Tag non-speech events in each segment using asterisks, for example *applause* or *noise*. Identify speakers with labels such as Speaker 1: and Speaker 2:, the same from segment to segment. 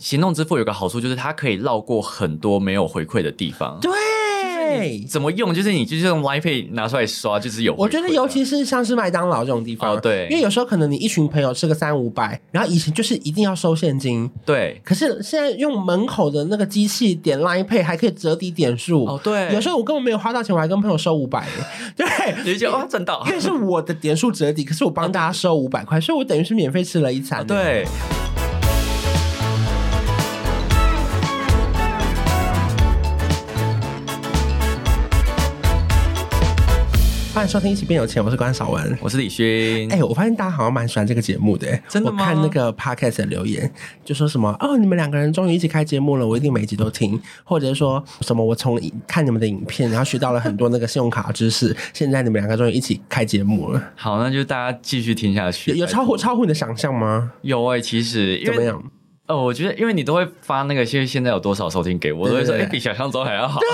Speaker 1: 行动支付有个好处就是它可以绕过很多没有回馈的地方。
Speaker 2: 对，
Speaker 1: 怎么用？就是你就是用 Line Pay 拿出来刷，就是有回馈的。
Speaker 2: 我觉得尤其是像是麦当劳这种地方，
Speaker 1: 哦对
Speaker 2: 因为有时候可能你一群朋友吃个三五百，然后以前就是一定要收现金，
Speaker 1: 对
Speaker 2: 可是现在用门口的那个机器点 Line Pay 还可以折抵点数，
Speaker 1: 哦对，
Speaker 2: 有时
Speaker 1: 候
Speaker 2: 候我根本没有花到钱，我还跟朋友收五百， *laughs* 对。
Speaker 1: *laughs* 你就觉得哦赚到
Speaker 2: 因，为是我的点数折抵，可是我帮大家收五百块，所以我等于是免费吃了一餐。，
Speaker 1: 哦对。
Speaker 2: 欢迎收听《一起变有钱》，我是关少文。
Speaker 1: 我是李勋，
Speaker 2: 哎、我发现大家好像蛮喜欢这个节目的、哎
Speaker 1: 真的吗
Speaker 2: 我看那个 podcast 的留言，就说什么哦，你们两个人终于一起开节目了，我一定每集都听，或者说什么我从影看你们的影片，然后学到了很多那个信用卡知识，现在你们两个终于一起开节目了，
Speaker 1: 好，那就大家继续听下去。
Speaker 2: 有有超乎超乎你的想象吗？
Speaker 1: 有哎、其实因
Speaker 2: 怎么
Speaker 1: 为
Speaker 2: 样？
Speaker 1: 呃，我觉得因为你都会发那个，现现在有多少收听给我，我都会说
Speaker 2: 对对
Speaker 1: 哎、
Speaker 2: 对
Speaker 1: 比想象中还要好。 *laughs*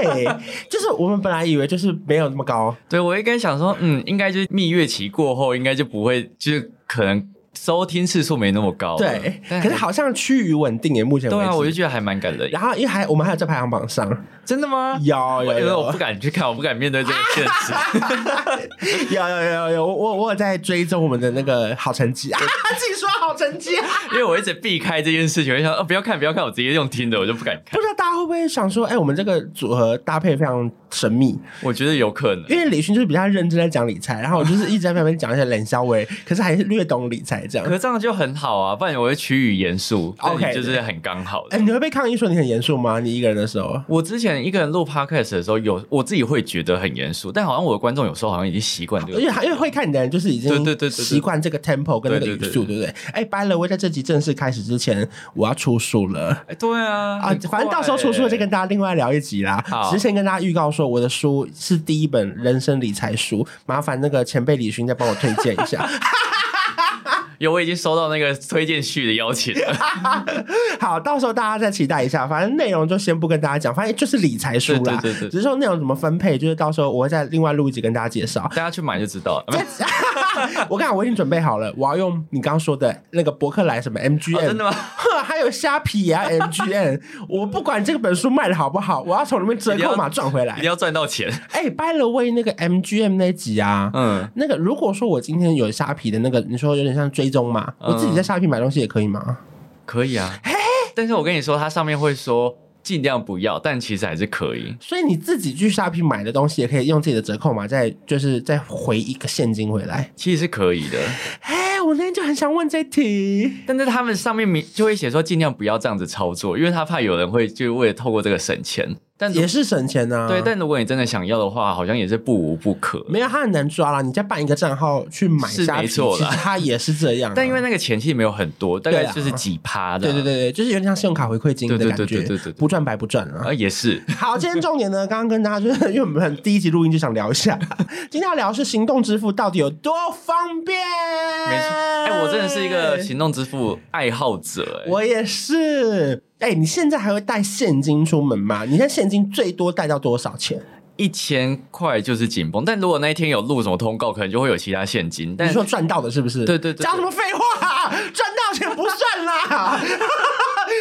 Speaker 2: 对，啊就是我们本来以为就是没有那么高，
Speaker 1: 对，我应该想说，嗯，应该就是蜜月期过后，应该就不会，就是可能收听次数没那么高了。
Speaker 2: 对，
Speaker 1: 但
Speaker 2: 可是好像趋于稳定耶，目前为
Speaker 1: 哦对
Speaker 2: 止。
Speaker 1: 啊，我就觉得还蛮感人。
Speaker 2: 然后因为还我们还有在排行榜上，
Speaker 1: 真的吗？
Speaker 2: 有
Speaker 1: 我
Speaker 2: 有
Speaker 1: 因为我
Speaker 2: 有啊
Speaker 1: 不敢去看，我不敢面对这个现实。
Speaker 2: 有有有有，我我我有在追踪我们的那个好成绩啊，自己说好成绩啊。
Speaker 1: 因为我一直避开这件事情，我就想，哦，不要看，不要看，我直接用听的，我就不敢看。
Speaker 2: 不知道大家会不会想说，哎、我们这个组合搭配非常神秘，
Speaker 1: 我觉得有可能，
Speaker 2: 因为李勋就是比较认真在讲理财，然后我就是一直在旁边讲一些冷笑话，可是还是略懂理财这样
Speaker 1: 可。是这样就很好啊，不然我会趋于严肃。但你
Speaker 2: OK，
Speaker 1: 就是很刚好的。
Speaker 2: 哎、你会被抗议说你很严肃吗？你一个人的时候，
Speaker 1: 我之前一个人录 podcast 的时候，有我自己会觉得很严肃，但好像我的观众有时候好像已经习惯这
Speaker 2: 因
Speaker 1: 个。
Speaker 2: 为他因为会看你的人就是已经
Speaker 1: 对对对对对
Speaker 2: 习惯这个 tempo 跟那个
Speaker 1: 对
Speaker 2: 语
Speaker 1: 对对
Speaker 2: 速，对不对？哎、b y the way，在这集正式开始之前，我要出书了。
Speaker 1: 哎，对啊，
Speaker 2: 啊
Speaker 1: 很，
Speaker 2: 反正到时候出书
Speaker 1: 快
Speaker 2: 了就跟大家另外聊一集啦
Speaker 1: 好。
Speaker 2: 只是先跟大家预告说，我的书是第一本人生理财书，麻烦那个前辈李勋再帮我推荐一下。
Speaker 1: *laughs* 有，我已经收到那个推荐序的邀请
Speaker 2: *laughs*
Speaker 1: 了。
Speaker 2: 好，到时候大家再期待一下。反正内容就先不跟大家讲，反正就是理财书啦。
Speaker 1: 对对对对
Speaker 2: 只是说内容怎么分配，就是到时候我会再另外录一集跟大家介绍。
Speaker 1: *laughs* 大家去买就知道了。啊
Speaker 2: 我刚才我已经准备好了，我要用你刚刚说的那个博客来什么 MGM，、
Speaker 1: 哦真的吗？
Speaker 2: 呵， *laughs* 还有虾皮啊也要 MGM。我不管这本书卖的好不好，我要从里面折扣码赚回
Speaker 1: 一
Speaker 2: 来
Speaker 1: 定。要赚到钱。
Speaker 2: 哎、b y the way，那个 MGM 那集啊，
Speaker 1: 嗯，
Speaker 2: 那个如果说我今天有虾皮的那个，你说有点像追踪嘛，
Speaker 1: 嗯
Speaker 2: 我自己在虾皮买东西也可以吗？
Speaker 1: 可以啊。但是我跟你说，它上面会说尽量不要，但其实还是可以。
Speaker 2: 所以你自己去虾皮买的东西，也可以用自己的折扣码再就是再回一个现金回来。
Speaker 1: 其实是可以的，
Speaker 2: 哎，我那天就很想问这题，
Speaker 1: 但是他们上面明就会写说尽量不要这样子操作，因为他怕有人会就为了透过这个省钱。但如
Speaker 2: 也是省钱呐、啊。
Speaker 1: 对，但如果你真的想要的话，好像也是不无不可。
Speaker 2: 没有，它很难抓啦。你再办一个账号去买
Speaker 1: 是
Speaker 2: 虾
Speaker 1: 没
Speaker 2: 皮，
Speaker 1: 错
Speaker 2: 其实
Speaker 1: 啦
Speaker 2: 它也是这样啊、
Speaker 1: 但因为那个钱其实没有很多，大概
Speaker 2: 对啊
Speaker 1: 就是几趴的、
Speaker 2: 对对对对，就是有点像信用卡回馈金的
Speaker 1: 对
Speaker 2: 感
Speaker 1: 对
Speaker 2: 觉，
Speaker 1: 对对对对对
Speaker 2: 不赚白不赚啊。
Speaker 1: 啊，也是
Speaker 2: 好，今天重点呢，刚刚跟大家 *laughs* 就是，因为我们第一集录音就想聊一下， *laughs* 今天要聊是行动支付到底有多方便。
Speaker 1: 没错。哎、我真的是一个行动支付爱好者、哎，
Speaker 2: 我也是。哎、你现在还会带现金出门吗？你现在现金最多带到多少钱？
Speaker 1: 一千块就是紧绷，但如果那一天有录什么通告，可能就会有其他现金。
Speaker 2: 你
Speaker 1: 但
Speaker 2: 说赚到的是不是？
Speaker 1: 对对对
Speaker 2: 讲什么废话、啊？赚到钱不算
Speaker 1: *laughs*
Speaker 2: 啦。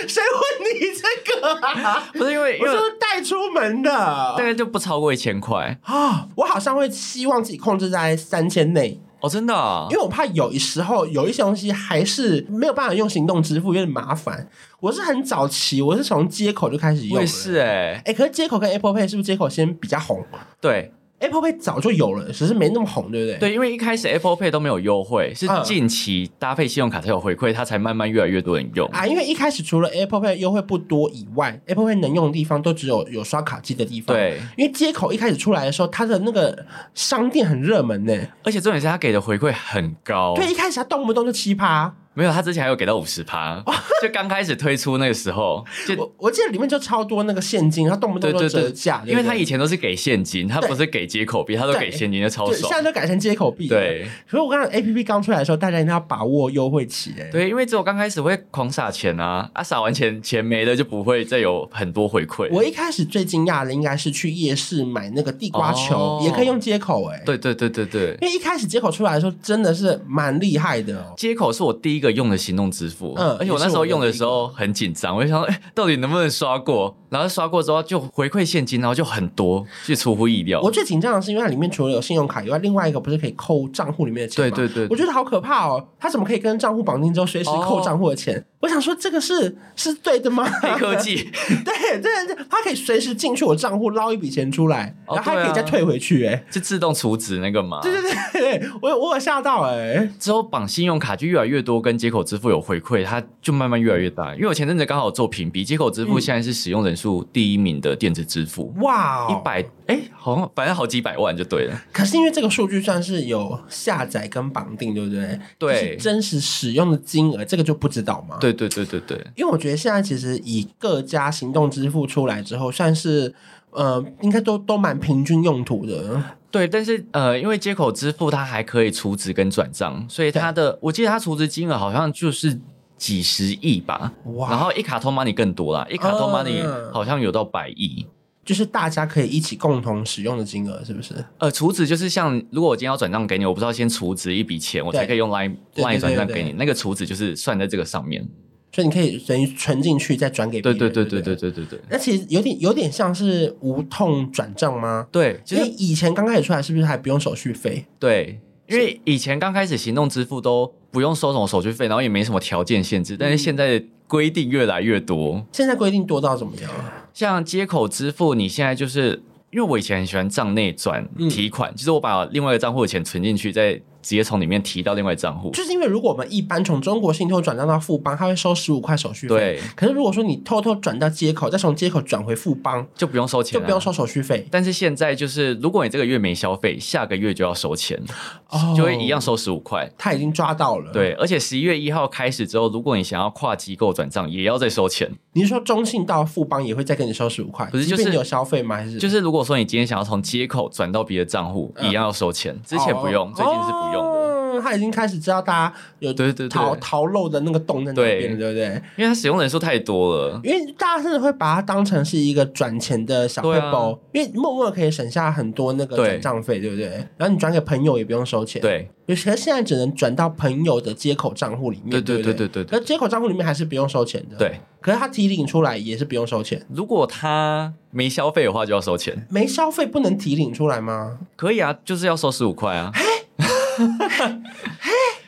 Speaker 2: 谁问你这个啊？
Speaker 1: 不是因为因
Speaker 2: 我
Speaker 1: 为
Speaker 2: 说带出门的
Speaker 1: 大概就不超过一千块
Speaker 2: 啊，我好像会希望自己控制在三千内。
Speaker 1: 哦，真的、啊
Speaker 2: 因。为我怕有时候有一些东西还是没有办法用行动支付，有点麻烦。我是很早期，我是从接口就开始用
Speaker 1: 我
Speaker 2: 了。
Speaker 1: 也是哎、
Speaker 2: 哎、可是接口跟 Apple Pay 是不是接口先比较红
Speaker 1: 对
Speaker 2: ？Apple Pay 早就有了，只是没那么红，对不对？
Speaker 1: 对，因为一开始 Apple Pay 都没有优惠，是
Speaker 2: 嗯
Speaker 1: 近期搭配信用卡才有回馈，它才慢慢越来越多人用。
Speaker 2: 啊，因为一开始除了 Apple Pay 优惠不多以外，Apple Pay 能用的地方都只有有刷卡机的地方。，
Speaker 1: 对，
Speaker 2: 因为接口一开始出来的时候，它的那个商店很热门呢、
Speaker 1: 而且重点是他给的回馈很高，
Speaker 2: 对，一开始它动不动就七趴，
Speaker 1: 没有他之前还有给到五十趴，就刚开始推出那个时候，
Speaker 2: *laughs*
Speaker 1: 就
Speaker 2: 我我记得里面就超多那个现金，它动不动
Speaker 1: 对
Speaker 2: 就
Speaker 1: 对
Speaker 2: 折
Speaker 1: 对
Speaker 2: 价，，
Speaker 1: 因为他
Speaker 2: 对不对
Speaker 1: 以前都是给现金，他不是给接口币，他都给现金，就超
Speaker 2: 对，
Speaker 1: 爽
Speaker 2: 现。在都改成接口币。，
Speaker 1: 对
Speaker 2: 所以我刚刚 A P P 刚出来的时候，大家一定要把握优惠期、哎，
Speaker 1: 对，因为只有刚开始会狂撒钱啊，啊撒完钱钱没了就不会再有很多回馈。
Speaker 2: 我一开始最惊讶的应该是去夜市买那个地瓜球，
Speaker 1: 哦
Speaker 2: 也可以用接口哎、
Speaker 1: 对对对对对，
Speaker 2: 因为一开始接口出来的时候真的是蛮厉害的哦。
Speaker 1: 接口是我第一个个用的行动支付，
Speaker 2: 嗯
Speaker 1: 而且我那时候用的时候很紧张，我就想说，哎、到底能不能刷过？然后刷过之后就回馈现金，然后就很多，就出乎意料。 *laughs*
Speaker 2: 我最紧张的是，因为它里面除了有信用卡以外，另外一个不是可以扣账户里面的钱
Speaker 1: 对
Speaker 2: 吗？
Speaker 1: 对对
Speaker 2: 我，觉得好可怕哦！它怎么可以跟账户绑定之后随时扣账户的
Speaker 1: 哦
Speaker 2: 钱？我想说，这个是是对的吗？
Speaker 1: 黑科技，
Speaker 2: *laughs*
Speaker 1: *laughs*
Speaker 2: 对，对对，它可以随时进去我账户捞一笔钱出来，
Speaker 1: 哦
Speaker 2: 然后还可
Speaker 1: 对
Speaker 2: 以
Speaker 1: 啊
Speaker 2: 再退回去、欸。 *laughs*
Speaker 1: 就自动储值那个嘛。对对对。
Speaker 2: 哎、对我有我有吓到哎、
Speaker 1: 之后绑信用卡就越来越多跟接口支付有回馈，它就慢慢越来越大。因为我前阵子刚好做评比，接口支付现在是使用人数第一名的电子支付，
Speaker 2: 哇、哦！
Speaker 1: 一百哎，好像反正好几百万就对了。
Speaker 2: 可是因为这个数据算是有下载跟绑定，对不对？
Speaker 1: 对
Speaker 2: 就是真实使用的金额，这个就不知道嘛。，
Speaker 1: 对对对对对，
Speaker 2: 因为我觉得现在其实以各家行动支付出来之后，算是呃，应该都都蛮平均用途的。
Speaker 1: 对，但是呃，因为接口支付它还可以储值跟转账，所以它的我记得它储值金额好像就是几十亿吧。
Speaker 2: 哇
Speaker 1: 然后一卡通 money 更多啦，一卡通 money
Speaker 2: 嗯
Speaker 1: 好像有到百亿。
Speaker 2: 就是大家可以一起共同使用的金额，是不是？
Speaker 1: 呃，储值就是像如果我今天要转账给你，我不知道先储值一笔钱，我才
Speaker 2: 对
Speaker 1: 可以用 line
Speaker 2: 对对
Speaker 1: line 转账
Speaker 2: 对
Speaker 1: 给你。那个储值就是算在这个上面。
Speaker 2: 所以你可以等于存进去再转给别
Speaker 1: 对
Speaker 2: 人。
Speaker 1: 对对对
Speaker 2: 对不
Speaker 1: 对。对对对
Speaker 2: 那其实有点有点像是无痛转账吗？
Speaker 1: 对，就
Speaker 2: 因为
Speaker 1: 是
Speaker 2: 以前刚开始出来，是不是还不用手续费？
Speaker 1: 对，因为以前刚开始行动支付都不用收什么手续费，然后也没什么条件限制，
Speaker 2: 嗯
Speaker 1: 但是现在规定越来越多。
Speaker 2: 现在规定多到怎么样？啊
Speaker 1: 像接口支付，你现在就是因为我以前很喜欢账内转
Speaker 2: 嗯
Speaker 1: 提款，就是我把另外一个账户的钱存进去，再直接从里面提到另外一个账户。
Speaker 2: 就是因为如果我们一般从中国信托转账到富邦，他会收十五块手续费。
Speaker 1: 对，
Speaker 2: 可是如果说你偷偷转到接口，再从接口转回富邦，
Speaker 1: 就不用收钱、
Speaker 2: 就
Speaker 1: 了。
Speaker 2: 不用收手续费，
Speaker 1: 但是现在就是，如果你这个月没消费，下个月就要收钱，
Speaker 2: 哦
Speaker 1: 就会一样。收十五块。
Speaker 2: 他已经抓到了。，
Speaker 1: 对，而且十一月一号开始之后，如果你想要跨机构转账，也要再收钱。
Speaker 2: 你是说中信到富邦也会再跟你收十五块？
Speaker 1: 不是
Speaker 2: 即便
Speaker 1: 就是
Speaker 2: 你有消费吗？还是
Speaker 1: 就是如果说你今天想要从接口转到别的账户，
Speaker 2: 嗯
Speaker 1: 一样要收钱。之前不用，
Speaker 2: 哦
Speaker 1: 最近是不用的，
Speaker 2: 哦他已经开始知道大家有
Speaker 1: 对对对
Speaker 2: 逃逃漏的那个洞在哪边了，对不对？
Speaker 1: 因为它使用人数太多了。
Speaker 2: 因为大家甚至会把它当成是一个转钱的小
Speaker 1: 对
Speaker 2: p
Speaker 1: 啊
Speaker 2: 包、因为默默可以省下很多那个
Speaker 1: 对
Speaker 2: 转账费，对不对？然后你转给朋友也不用收钱，。
Speaker 1: 对，
Speaker 2: 可是现在只能转到朋友的接口账户里面，
Speaker 1: 对
Speaker 2: 对
Speaker 1: 对对
Speaker 2: 不
Speaker 1: 对对对
Speaker 2: 可是接口账户里面还是不用收钱的，。
Speaker 1: 对。
Speaker 2: 可是他提领出来也是不用收钱，
Speaker 1: 如果他没消费的话，就要收钱。
Speaker 2: 没消费不能提领出来吗？
Speaker 1: 可以啊，就是要收十五块 *laughs* 啊。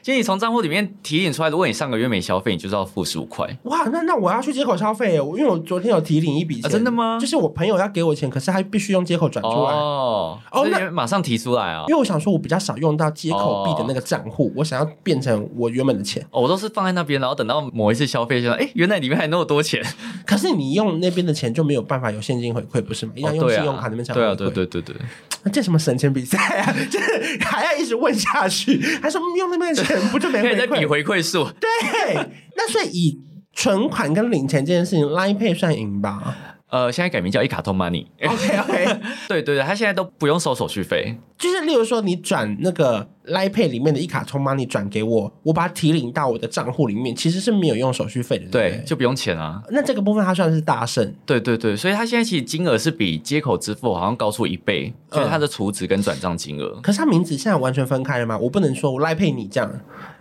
Speaker 1: 就你从账户里面提领出来，如果你上个月没消费，你就是要付十五块。
Speaker 2: 哇，那那我要去接口消费耶，我因为我昨天有提领一笔钱、
Speaker 1: 啊真的吗
Speaker 2: 就是我朋友要给我钱，可是他必须用接口转出来。
Speaker 1: 哦，
Speaker 2: 哦
Speaker 1: 哦，
Speaker 2: 那
Speaker 1: 那马上提出来啊
Speaker 2: 因！为我想说，我比较少用到接口币的
Speaker 1: 哦
Speaker 2: 那个账户，我想要变成我原本的钱。
Speaker 1: 哦，我都是放在那边，然后等到某一次消费，就说，哎，原来里面还那么多
Speaker 2: *laughs*
Speaker 1: 钱。
Speaker 2: 可是你用那边的钱就没有办法有现金回馈，不是吗？一定要
Speaker 1: 哦
Speaker 2: 用
Speaker 1: 对
Speaker 2: 信
Speaker 1: 啊
Speaker 2: 用卡那边才有
Speaker 1: 对啊，
Speaker 2: 回
Speaker 1: 对
Speaker 2: 馈
Speaker 1: 对对对，
Speaker 2: 那这什么省钱比赛
Speaker 1: *laughs*
Speaker 2: 啊？这还要一直问下去？还说嗯用那边的
Speaker 1: *laughs*
Speaker 2: 钱不就没
Speaker 1: 可
Speaker 2: 回
Speaker 1: 以再比
Speaker 2: 馈？
Speaker 1: 回馈数。
Speaker 2: 对，那所以以存款跟领钱这件事情，Line Pay 算
Speaker 1: *laughs*
Speaker 2: 赢吧
Speaker 1: 呃，现在改名叫一卡通 money。
Speaker 2: ？OK OK，
Speaker 1: 对对对，他现在都不用收手续费。
Speaker 2: 就是例如说你转那个 Line Pay 里面的一卡通 money 转给我，我把它提领到我的账户里面，其实是没有用手续费的。对不
Speaker 1: 对
Speaker 2: 对，，
Speaker 1: 就不用钱啊。
Speaker 2: 那这个部分它算是大胜。
Speaker 1: 对对对，所以他现在其实金额是比接口支付好像高出一倍，
Speaker 2: 嗯
Speaker 1: 就是他的储值跟转账金
Speaker 2: *laughs*
Speaker 1: 额。
Speaker 2: 可是它名字现在完全分开了嘛？我不能说我赖配你这样，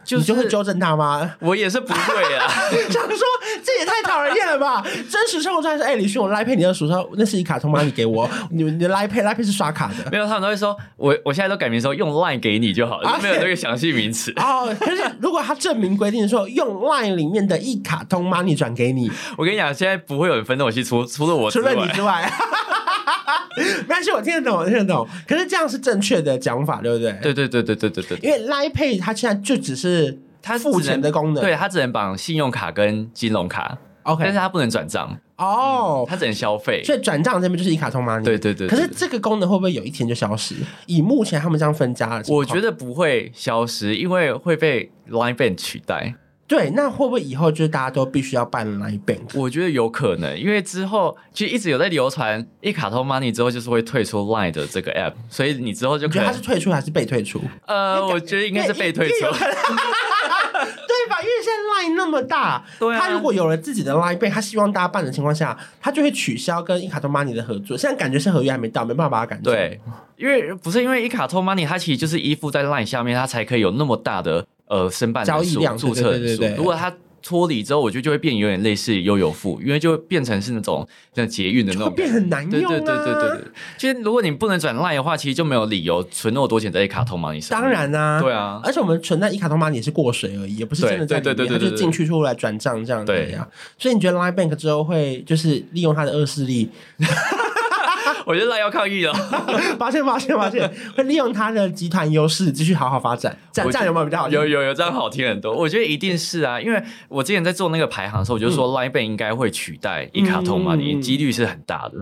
Speaker 1: 就是
Speaker 2: 你就会纠正他吗？
Speaker 1: 我也是不会啊。
Speaker 2: *laughs* 想说这也太讨人厌了吧！真实生活中还是哎，李迅，我赖配你的手上那是一卡通吗？你给我， *laughs* 你你的赖配赖配是刷卡
Speaker 1: *laughs*
Speaker 2: 的。
Speaker 1: 没有，他们都会说，我我现在都改名说用 Line 给你就好了，
Speaker 2: 啊
Speaker 1: 就没有那个详细名
Speaker 2: *laughs*
Speaker 1: 词。
Speaker 2: 哦，可是如果他证明规定说用 LINE 里面的一卡通 money 转给你，
Speaker 1: 我跟你讲，现在不会有人分那种戏，除除了我
Speaker 2: 除
Speaker 1: 之
Speaker 2: 了你
Speaker 1: 外，
Speaker 2: 之外， *laughs* 没关系，我听得懂，我听得懂。可是这样是正确的讲法，对不对？，
Speaker 1: 对对对对对对对对，
Speaker 2: 因为 LINE Pay 它现在就只是
Speaker 1: 它
Speaker 2: 付
Speaker 1: 只能
Speaker 2: 钱的功能，
Speaker 1: 对，他只能绑信用卡跟金融卡，但
Speaker 2: 嗯，OK，
Speaker 1: 是他不能转账，
Speaker 2: 哦，
Speaker 1: 他只能消费。
Speaker 2: 所以转账这边就是一卡通 money，
Speaker 1: 对对对，
Speaker 2: 可是
Speaker 1: 对
Speaker 2: 这个功能会不会有一天就消失？以目前他们这样分家了，
Speaker 1: 我觉得不会消失，因为会被 Line Bank 取代。
Speaker 2: 对，那会不会以后就是大家都必须要办 Line Bank？
Speaker 1: 我觉得有可能，因为之后其实一直有在流传，一卡通 Money 之后就是会退出 Line 的这个 app，所以你之后就
Speaker 2: 你
Speaker 1: 可
Speaker 2: 觉得他
Speaker 1: 能
Speaker 2: 是退出还是被退出？ *laughs*
Speaker 1: 呃，我觉得应该是被退
Speaker 2: 因为
Speaker 1: 出
Speaker 2: 因为。有对吧？因为现在 Line 那么大，
Speaker 1: 对啊
Speaker 2: 他如果有了自己的 Line Bank，他希望大家办的情况下，他就会取消跟一卡通 Money 的合作。现在感觉是合约还没到，没办法把它赶走。
Speaker 1: 对，因为不是因为一卡通 Money 它其实就是依附在 Line 下面，它才可以有那么大的呃申办
Speaker 2: 交
Speaker 1: 人
Speaker 2: 易
Speaker 1: 数、
Speaker 2: 量
Speaker 1: 注册
Speaker 2: 对对对
Speaker 1: 人数
Speaker 2: 对对。
Speaker 1: 如果它脱离之后，我觉得就会变有点类似悠游付，因为就会变成是那种像捷运的那
Speaker 2: 就会
Speaker 1: 种
Speaker 2: 变很难
Speaker 1: 对
Speaker 2: 用啊！
Speaker 1: 对对对对对，就是如果你不能转 line 的话，其实就没有理由存那么多钱在一卡通嘛，你上
Speaker 2: 当
Speaker 1: 面
Speaker 2: 然啊，
Speaker 1: 对啊
Speaker 2: 而且我们存在一卡通码也是过水而已，也不是真的在里面，
Speaker 1: 对对对对对
Speaker 2: 它
Speaker 1: 对
Speaker 2: 就进去出来转账这样子呀。所以你觉得 Line Bank 之后会就是利用它的恶势力， *laughs*
Speaker 1: 我觉得 line 要抗议了。
Speaker 2: 发现发现发现，会利用它的集团优势继续好好发展，这样
Speaker 1: 我
Speaker 2: 这样有没有比较好？
Speaker 1: 有有有，这样好听很多。我觉得一定是啊，因为我之前在做那个排行的时候，我就说 Line Bank 应该会取代一卡通嘛，
Speaker 2: 嗯
Speaker 1: 你几率是很大的。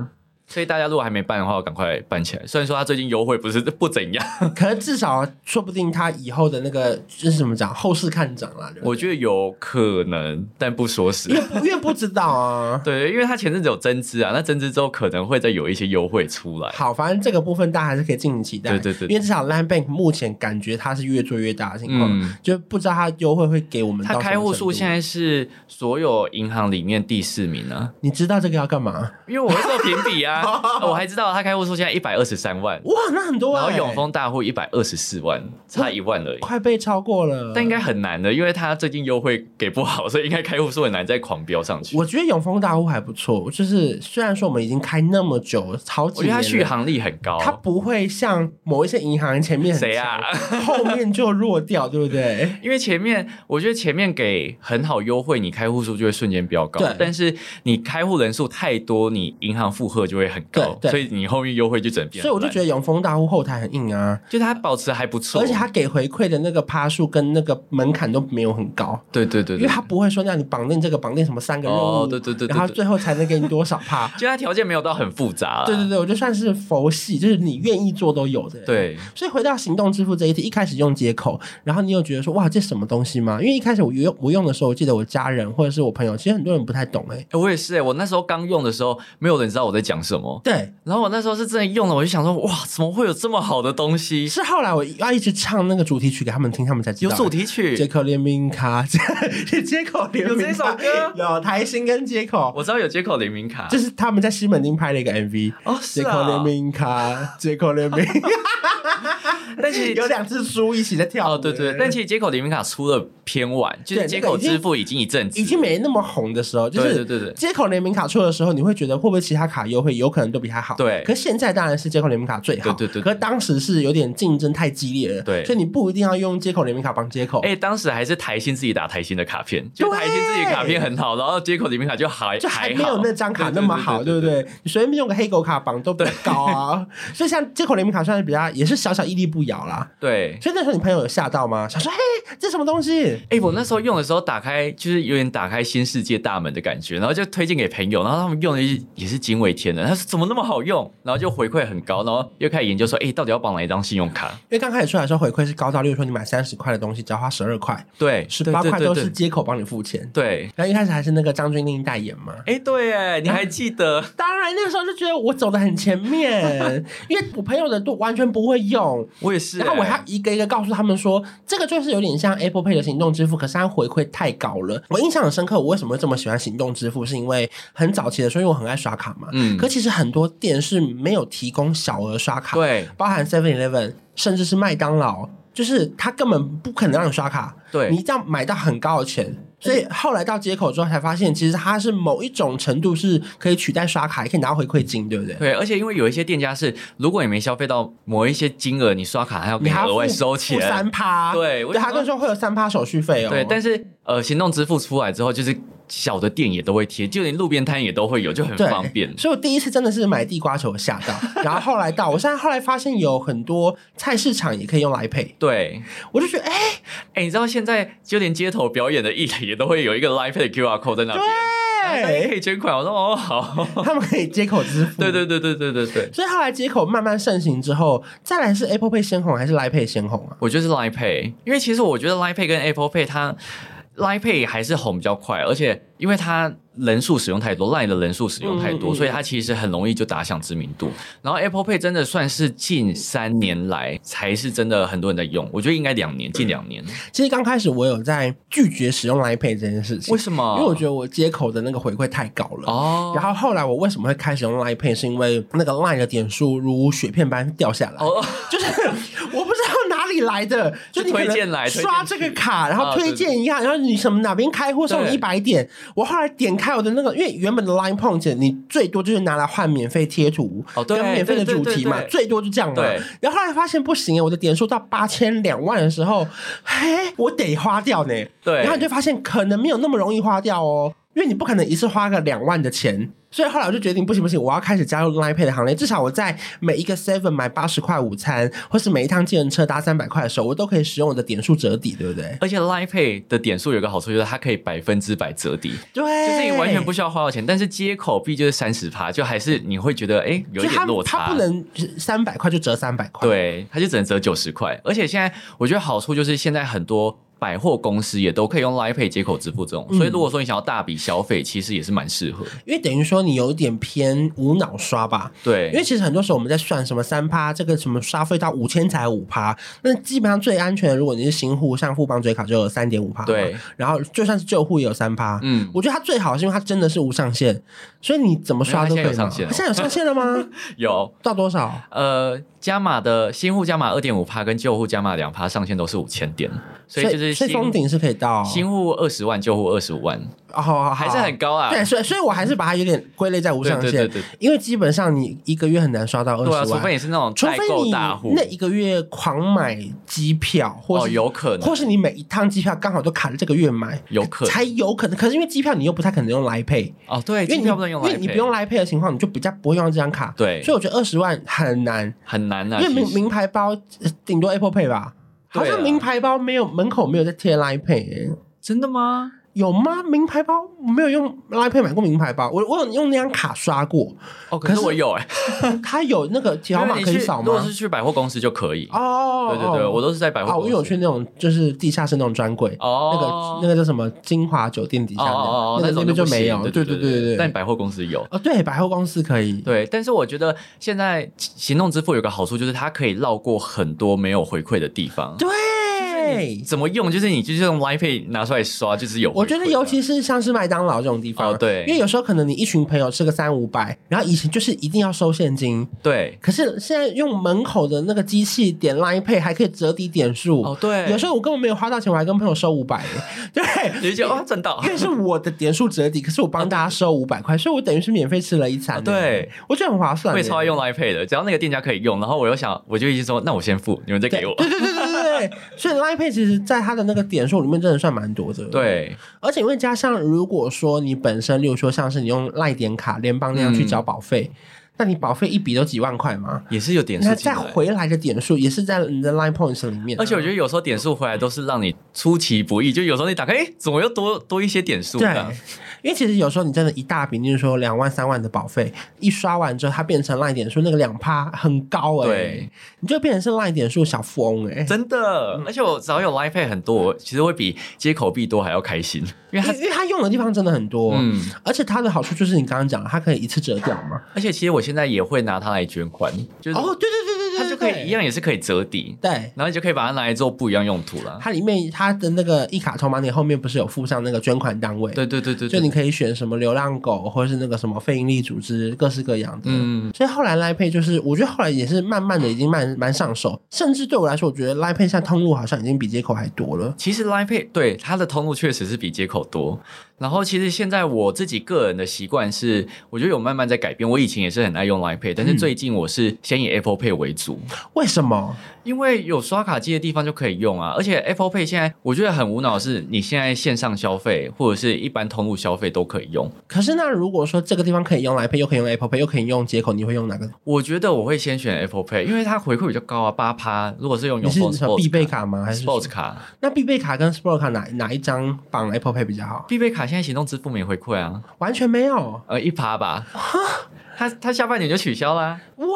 Speaker 1: 所以大家如果还没办的话，赶快办起来。虽然说它最近优惠不是 *laughs* 不怎样，
Speaker 2: 可是至少说不定它以后的那个就是怎么讲，后市看涨啦。对不对
Speaker 1: 我觉得有可能，但不说是。 *laughs*
Speaker 2: 因为不知道啊。
Speaker 1: 对，因为它前阵子有增资啊，那增资之后可能会再有一些优惠出来。
Speaker 2: 好，反正这个部分大家还是可以敬请期待。
Speaker 1: 对对对
Speaker 2: 因为至少 Line Bank 目前感觉它是越做越大的情况，
Speaker 1: 嗯
Speaker 2: 就不知道它优惠会给我们到
Speaker 1: 它
Speaker 2: 什么
Speaker 1: 开户
Speaker 2: 程
Speaker 1: 数
Speaker 2: 度
Speaker 1: 现在是所有银行里面第四名啊，
Speaker 2: 你知道这个要干嘛？
Speaker 1: 因为我会做评比 *laughs* 啊，我还知道它开户数现在一百二十三万，
Speaker 2: 哇，那很多、
Speaker 1: 然
Speaker 2: 欸，
Speaker 1: 后永丰大户一百二十四万，差一万而已。
Speaker 2: 快被超过了，
Speaker 1: 但应该很难的，因为他最近优惠给不好，所以应该开户数很难再狂飙上去。
Speaker 2: 我觉得永丰大户还不错，就是虽然说我们已经开那么久，好几
Speaker 1: 我觉得
Speaker 2: 年
Speaker 1: 他
Speaker 2: 了，
Speaker 1: 续航力很高。啊
Speaker 2: 它不会像某一些银行前面很
Speaker 1: 谁啊
Speaker 2: 强后面就弱掉，对不对？
Speaker 1: 因为前面我觉得前面给很好优惠，你开户数就会瞬间飙高
Speaker 2: 对。
Speaker 1: 但是你开户人数太多，你银行负荷就会很高，
Speaker 2: 对对
Speaker 1: 所以你后面优惠就整变
Speaker 2: 所
Speaker 1: 烂。
Speaker 2: 以我就觉得永丰大户后台很硬啊，
Speaker 1: 就他保持还不错，
Speaker 2: 而且他给回馈的那个趴数跟那个门槛都没有很高。
Speaker 1: 对对对
Speaker 2: 因为
Speaker 1: 对，
Speaker 2: 他不会说让你绑定这个绑定什么三个任务，
Speaker 1: 哦对对对对对
Speaker 2: 然后最后才能给你多少
Speaker 1: *laughs*。
Speaker 2: 趴
Speaker 1: 就他条件没有到很复杂啦。啊
Speaker 2: 对对对，我就算是佛系，就是你愿意做都有的。
Speaker 1: 对
Speaker 2: 所以回到行动支付这一题，一开始用接口，然后你有觉得说哇这什么东西吗？因为一开始我用我用的时候，我记得我家人或者是我朋友，其实很多人不太懂哎、欸。
Speaker 1: 哎我也是哎、我那时候刚用的时候，没有人知道我在讲什么。
Speaker 2: 对，
Speaker 1: 然后我那时候是真的用了，我就想说，哇，怎么会有这么好的东西？
Speaker 2: 是啊后来我要一直唱那个主题曲给他们听，他们才知
Speaker 1: 有
Speaker 2: 道。欸
Speaker 1: 主题
Speaker 2: 接
Speaker 1: 曲，
Speaker 2: 口联名卡，是接口联名卡
Speaker 1: 有这首歌
Speaker 2: 有台新跟接口，
Speaker 1: 我知道有接口联名卡，
Speaker 2: 就是他们在西门町拍了一个 MV。
Speaker 1: 哦
Speaker 2: 接
Speaker 1: 是
Speaker 2: 口
Speaker 1: 啊
Speaker 2: 联，名卡，接口联名，
Speaker 1: *laughs* 但其
Speaker 2: *laughs* 有
Speaker 1: 实。
Speaker 2: 两只猪一起在跳舞。
Speaker 1: 哦，对对，但其实接口联名卡出的偏晚，就
Speaker 2: 对
Speaker 1: 是接口支付已经一阵子，
Speaker 2: 已经没那么红的时候，就
Speaker 1: 对
Speaker 2: 是
Speaker 1: 对对对
Speaker 2: 接口联名卡出的时候，你会觉得会不会其他卡优惠有可能都比它好？
Speaker 1: 对
Speaker 2: 可现在当然是接口联名卡最好，
Speaker 1: 对对对
Speaker 2: 可当时是有点竞争太激烈了，
Speaker 1: 对
Speaker 2: 所以你不一定要用接口联名卡帮接口，
Speaker 1: 哎、当时还是台新自己打台新的卡片，就
Speaker 2: 对
Speaker 1: 台新自己卡片很好，然后接口联名卡就还
Speaker 2: 就还
Speaker 1: 还
Speaker 2: 没有
Speaker 1: 好
Speaker 2: 那张卡那么好，对不？对？你随便用个黑狗卡绑都比较高啊， *laughs* 所以像接口联名卡算是比较也是小小屹立不摇啦。
Speaker 1: 对，
Speaker 2: 所以那时候你朋友有吓到吗？想说嘿，这什么东西？
Speaker 1: 哎、我那时候用的时候，打开就是有点打开新世界大门的感觉，然后就推荐给朋友，然后他们用的也是也是惊为天人，他说怎么那么好用，然后就回馈很高，然后又开始研究说，哎、到底要绑哪一张信用卡？
Speaker 2: 因为刚开始出来的时候回馈是高到，例如说你买三十块的东西只要花十二块，
Speaker 1: 对，
Speaker 2: 十八块
Speaker 1: 对
Speaker 2: 都
Speaker 1: 对
Speaker 2: 是
Speaker 1: 对
Speaker 2: 接口帮你付钱。
Speaker 1: 对，
Speaker 2: 然后一开始还是那个张钧甯代言嘛。
Speaker 1: 哎、对，哎，你还记得？
Speaker 2: 当然，那个时候就觉得我走的很前面， *laughs* 因为我朋友的都完全不会用，
Speaker 1: 我也是、
Speaker 2: 然后我还
Speaker 1: 哎
Speaker 2: 一个一个告诉他们说，这个就是有点像 Apple Pay 的行动支付，可是它回馈太高了。我印象很深刻，我为什么会这么喜欢行动支付，是因为很早期的时候，因为我很爱刷卡嘛，
Speaker 1: 嗯
Speaker 2: 可其实很多店是没有提供小额刷卡，，
Speaker 1: 对
Speaker 2: 包含 Seven Eleven，甚至是麦当劳，就是它根本不可能让你刷卡，
Speaker 1: 对
Speaker 2: 你一定要买到很高的钱。所以后来到接口之后才发现，其实它是某一种程度是可以取代刷卡，也可以拿到回馈金，对不对？
Speaker 1: 对，而且因为有一些店家是，如果你没消费到某一些金额，你刷卡还要给
Speaker 2: 你还要
Speaker 1: 额外
Speaker 2: 付
Speaker 1: 收
Speaker 2: 付三
Speaker 1: 钱。
Speaker 2: 趴，
Speaker 1: 对我
Speaker 2: 对，
Speaker 1: 想
Speaker 2: 他
Speaker 1: 说
Speaker 2: 跟说会有三趴手续费哦。
Speaker 1: 对，但是呃，行动支付出来之后，就是小的店也都会贴，就连路边摊也都会有，就很
Speaker 2: 对
Speaker 1: 方便。
Speaker 2: 所以我第一次真的是买地瓜球我吓到，然后后来到，我现在后来发现有很多菜市场也可以用来配，
Speaker 1: 对，
Speaker 2: 我就觉得哎、
Speaker 1: 哎、你知道现在就连街头表演的艺人也都会有一个 Live 的 QR code 在那边，然后大家可以捐款。我说哦，好，*laughs*
Speaker 2: 哎对，他们可以接口支付。
Speaker 1: 对对对对对对对，
Speaker 2: 所以后来接口慢慢盛行之后，再来是 Apple Pay 先红还是 Line Pay 先红啊？
Speaker 1: 我觉得是 Line Pay，因为其实我觉得 Line Pay 跟 Apple Pay 它 Line Pay 还是红比较快，而且因为它人数使用太多，Line 的人数使用太
Speaker 2: 嗯
Speaker 1: 多，
Speaker 2: 嗯嗯
Speaker 1: 所以它其实很容易就打响知名度。然后 Apple Pay 真的算是近三年来才是真的很多人在用，我觉得应该两年，近两年。
Speaker 2: 其实刚开始我有在拒绝使用 Line Pay 这件事情
Speaker 1: 为，什么？
Speaker 2: 因为我觉得我接口的那个回馈太高了。
Speaker 1: 哦，
Speaker 2: 然后后来我为什么会开始用 Line Pay，是因为那个 Line 的点数如雪片般掉下来，
Speaker 1: 哦，
Speaker 2: 就是我不知道哪里里来的？就你可能
Speaker 1: 推荐来推荐
Speaker 2: 刷这个卡，然后
Speaker 1: 啊
Speaker 2: 推荐一下，然后你什么哪边开户送你
Speaker 1: 对
Speaker 2: 一百点。我后来点开我的那个，因为原本的 Line Point 你最多就是拿来换免费贴图，
Speaker 1: 哦对
Speaker 2: 跟免费的
Speaker 1: 对对
Speaker 2: 主题嘛，
Speaker 1: 对对
Speaker 2: 最多就这样嘛
Speaker 1: 对。
Speaker 2: 然后后来发现不行，我的点数到八千两万的时候，嘿，我得花掉呢。
Speaker 1: 对
Speaker 2: 然后你就发现可能没有那么容易花掉哦，因为你不可能一次花个两万的钱。所以后来我就决定，不行不行，我要开始加入 Line Pay 的行列。至少我在每一个 Seven 买八十块午餐，或是每一趟计程车搭三百块的时候，我都可以使用我的点数折抵，对不对？
Speaker 1: 而且 Line Pay 的点数有一个好处，就是它可以百分之百折抵，
Speaker 2: 对，
Speaker 1: 就是你完全不需要花到钱，但是接口币就是三十趴，就还是你会觉得哎、有一
Speaker 2: 就它
Speaker 1: 点落差。
Speaker 2: 它不能三百块就折三百块。，
Speaker 1: 对，它就只能折九十块。而且现在我觉得好处就是现在很多百货公司也都可以用 Line Pay 接口支付这
Speaker 2: 嗯
Speaker 1: 种，所以如果说你想要大笔消费，其实也是蛮适合。
Speaker 2: 因为等于说你有一点偏无脑刷吧。
Speaker 1: 对，
Speaker 2: 因为其实很多时候我们在算什么三趴，这个什么刷费到五千才五趴，那基本上最安全的，如果你是新户，像富邦追卡就有三点五趴，
Speaker 1: 对，
Speaker 2: 然后就算是旧户也有三趴，
Speaker 1: 嗯，
Speaker 2: 我觉得它最好是因为它真的是无上限，所以你怎么刷都可以
Speaker 1: 没有它
Speaker 2: 嘛。
Speaker 1: 现在有上限哦
Speaker 2: 它现在有上限
Speaker 1: *laughs*
Speaker 2: 了吗？
Speaker 1: 有
Speaker 2: 到多少？
Speaker 1: 呃加码的新户加码二点五趴跟旧户加码两趴上限都是五千点，所以就是
Speaker 2: 所
Speaker 1: 新
Speaker 2: 以封顶是可以到
Speaker 1: 新户二十万，旧户二十五万，
Speaker 2: 哦，好好好
Speaker 1: 还是很高
Speaker 2: *laughs*
Speaker 1: 啊。
Speaker 2: 对，所以所以我还是把它有点归类在无上限，
Speaker 1: 对对对对
Speaker 2: 因为基本上你一个月很难刷到
Speaker 1: 对啊，
Speaker 2: 二十
Speaker 1: 除
Speaker 2: 万。
Speaker 1: 非你是那种
Speaker 2: 除
Speaker 1: 代
Speaker 2: 非
Speaker 1: 购
Speaker 2: 你
Speaker 1: 大户
Speaker 2: 那，一个月狂买机票，或
Speaker 1: 哦，
Speaker 2: 是
Speaker 1: 有可能
Speaker 2: 或，是你每一趟机票刚好都卡在这个月买，
Speaker 1: 有可能
Speaker 2: 才有可能。可是因为机票你又不太可能用来配，
Speaker 1: 哦，对，
Speaker 2: 因为
Speaker 1: 机
Speaker 2: 你
Speaker 1: 票不能用来
Speaker 2: 因
Speaker 1: 配，
Speaker 2: 为你不用来配的情况，你就比较不会用到这张卡。
Speaker 1: 对
Speaker 2: 所以我觉得二十万很难，
Speaker 1: 很难啊，
Speaker 2: 因为
Speaker 1: 其
Speaker 2: 名
Speaker 1: 实
Speaker 2: 名牌包呃顶多 Apple Pay 吧，
Speaker 1: 对啊
Speaker 2: 好像名牌包没有门口没有在贴 Line Pay，欸、
Speaker 1: 真的吗？
Speaker 2: 有吗？名牌包我没有用 Line Pay 买过名牌包，我我有用那张卡刷过，
Speaker 1: 哦，可
Speaker 2: 可
Speaker 1: 是
Speaker 2: 是
Speaker 1: 我有哎，
Speaker 2: 它有那个条
Speaker 1: 因为
Speaker 2: 码
Speaker 1: 你
Speaker 2: 可以
Speaker 1: 去
Speaker 2: 扫
Speaker 1: 如果
Speaker 2: 吗
Speaker 1: 是？去百货公司就可以。
Speaker 2: 哦，
Speaker 1: 对对对，
Speaker 2: 哦
Speaker 1: 我都是在百货
Speaker 2: 哦，
Speaker 1: 公
Speaker 2: 我
Speaker 1: 司。
Speaker 2: 有去那种就是地下室那种专柜，
Speaker 1: 哦
Speaker 2: 那，个那个叫什么金华酒店底
Speaker 1: 哦
Speaker 2: 下
Speaker 1: 哦哦，
Speaker 2: 那个
Speaker 1: 种
Speaker 2: 那边
Speaker 1: 就
Speaker 2: 就
Speaker 1: 不行
Speaker 2: 没有，
Speaker 1: 对
Speaker 2: 对
Speaker 1: 对
Speaker 2: 对
Speaker 1: 但百货公司有。
Speaker 2: 哦，对，百货公司可以，
Speaker 1: 对，但是我觉得现在行动支付有个好处，就是它可以绕过很多没有回馈的地方。
Speaker 2: 对，
Speaker 1: 怎么用？就是你就是用 Line Pay 拿出来刷，就是有回馈的。
Speaker 2: 我觉得尤其是像是麦当劳这种地方，
Speaker 1: 哦对
Speaker 2: 因为有时候可能你一群朋友吃个三五百，然后以前就是一定要收现金，
Speaker 1: 对
Speaker 2: 可是现在用门口的那个机器点 Line Pay 还可以折抵点数，
Speaker 1: 哦对，
Speaker 2: 有时候我根本没有花到钱，我还跟朋友收五百， *laughs* 对。
Speaker 1: 你就觉得哦赚到
Speaker 2: 因，为是我的点数折抵，可是我帮大家收五百块，所以我等于是免费吃了一餐、欸
Speaker 1: 哦对，
Speaker 2: 我觉得很划算。
Speaker 1: 会超爱用 Line Pay 的，只要那个店家可以用，然后我又想，我就一直说，那我先付，你们再
Speaker 2: 对
Speaker 1: 给我。
Speaker 2: 对对对对对对，所以 Line Pay 其实在它的那个点数里面真的算蛮多的。，
Speaker 1: 对
Speaker 2: 而且因为加上如果说你本身，例如说像是你用赖点卡、联邦那样去
Speaker 1: 嗯
Speaker 2: 缴保费，那你保费一笔都几万块嘛，
Speaker 1: 也是有点
Speaker 2: 那
Speaker 1: 事情
Speaker 2: 再
Speaker 1: 的。
Speaker 2: 回来的点数也是在你的 Line Points 里面啊、
Speaker 1: 而且我觉得有时候点数回来都是让你出其不意，就有时候你打开，哎、怎么又多多一些点数
Speaker 2: 对
Speaker 1: 呢？，
Speaker 2: 因为其实有时候你真的一大笔，例如说两万、三万的保费，一刷完之后，它变成烂点数，那个两趴很高哎、
Speaker 1: 对
Speaker 2: 你就变成是烂点数小富翁哎、
Speaker 1: 真的。而且我只要有 Line Pay 很多，我其实会比接口币多还要开心，因为它
Speaker 2: 因为因为它用的地方真的很多，
Speaker 1: 嗯，
Speaker 2: 而且它的好处就是你刚刚讲，的，它可以一次折掉嘛。
Speaker 1: 而且其实我现在也会拿它来捐款，就是
Speaker 2: 哦，对对对对对，
Speaker 1: 它就可以一
Speaker 2: 样。
Speaker 1: 样也是可以折抵，
Speaker 2: 对，
Speaker 1: 然后你就可以把它拿来做不一样用途啦。
Speaker 2: 它里面它的那个一卡通嘛，你后面不是有附上那个捐款单位？
Speaker 1: 对对对对
Speaker 2: 就
Speaker 1: 对，
Speaker 2: 你可以选什么流浪狗，或者是那个什么非营利组织，各式各样的。
Speaker 1: 嗯，
Speaker 2: 所以后来 Line Pay 就是，我觉得后来也是慢慢的已经慢蛮上手，甚至对我来说，我觉得 Line Pay 现在通路好像已经比接口还多了。
Speaker 1: 其实 Line Pay 对它的通路确实是比接口多。然后其实现在我自己个人的习惯是，我觉得有慢慢在改变。我以前也是很爱用 Line Pay，但是
Speaker 2: 嗯
Speaker 1: 最近我是先以 Apple Pay 为主，
Speaker 2: 为什么？
Speaker 1: 因为有刷卡机的地方就可以用啊。而且 Apple Pay 现在我觉得很无脑的是，你现在线上消费或者是一般通路消费都可以用。
Speaker 2: 可是那如果说这个地方可以用 Line Pay，又可以用 Apple Pay，又可以用接口，你会用哪个？
Speaker 1: 我觉得我会先选 Apple Pay，因为它回馈比较高啊，八趴。如果是用
Speaker 2: 你
Speaker 1: 永
Speaker 2: 是
Speaker 1: 丰
Speaker 2: 什么必
Speaker 1: Sports
Speaker 2: 备卡吗？还是
Speaker 1: Sports 卡，
Speaker 2: 那必备卡跟 Sport 卡哪哪一张绑 Apple Pay 比较好？
Speaker 1: 必备卡现在行动支付没回馈啊，
Speaker 2: 完全没有
Speaker 1: 呃一趴吧。它它下半年就取消啦、
Speaker 2: 哇！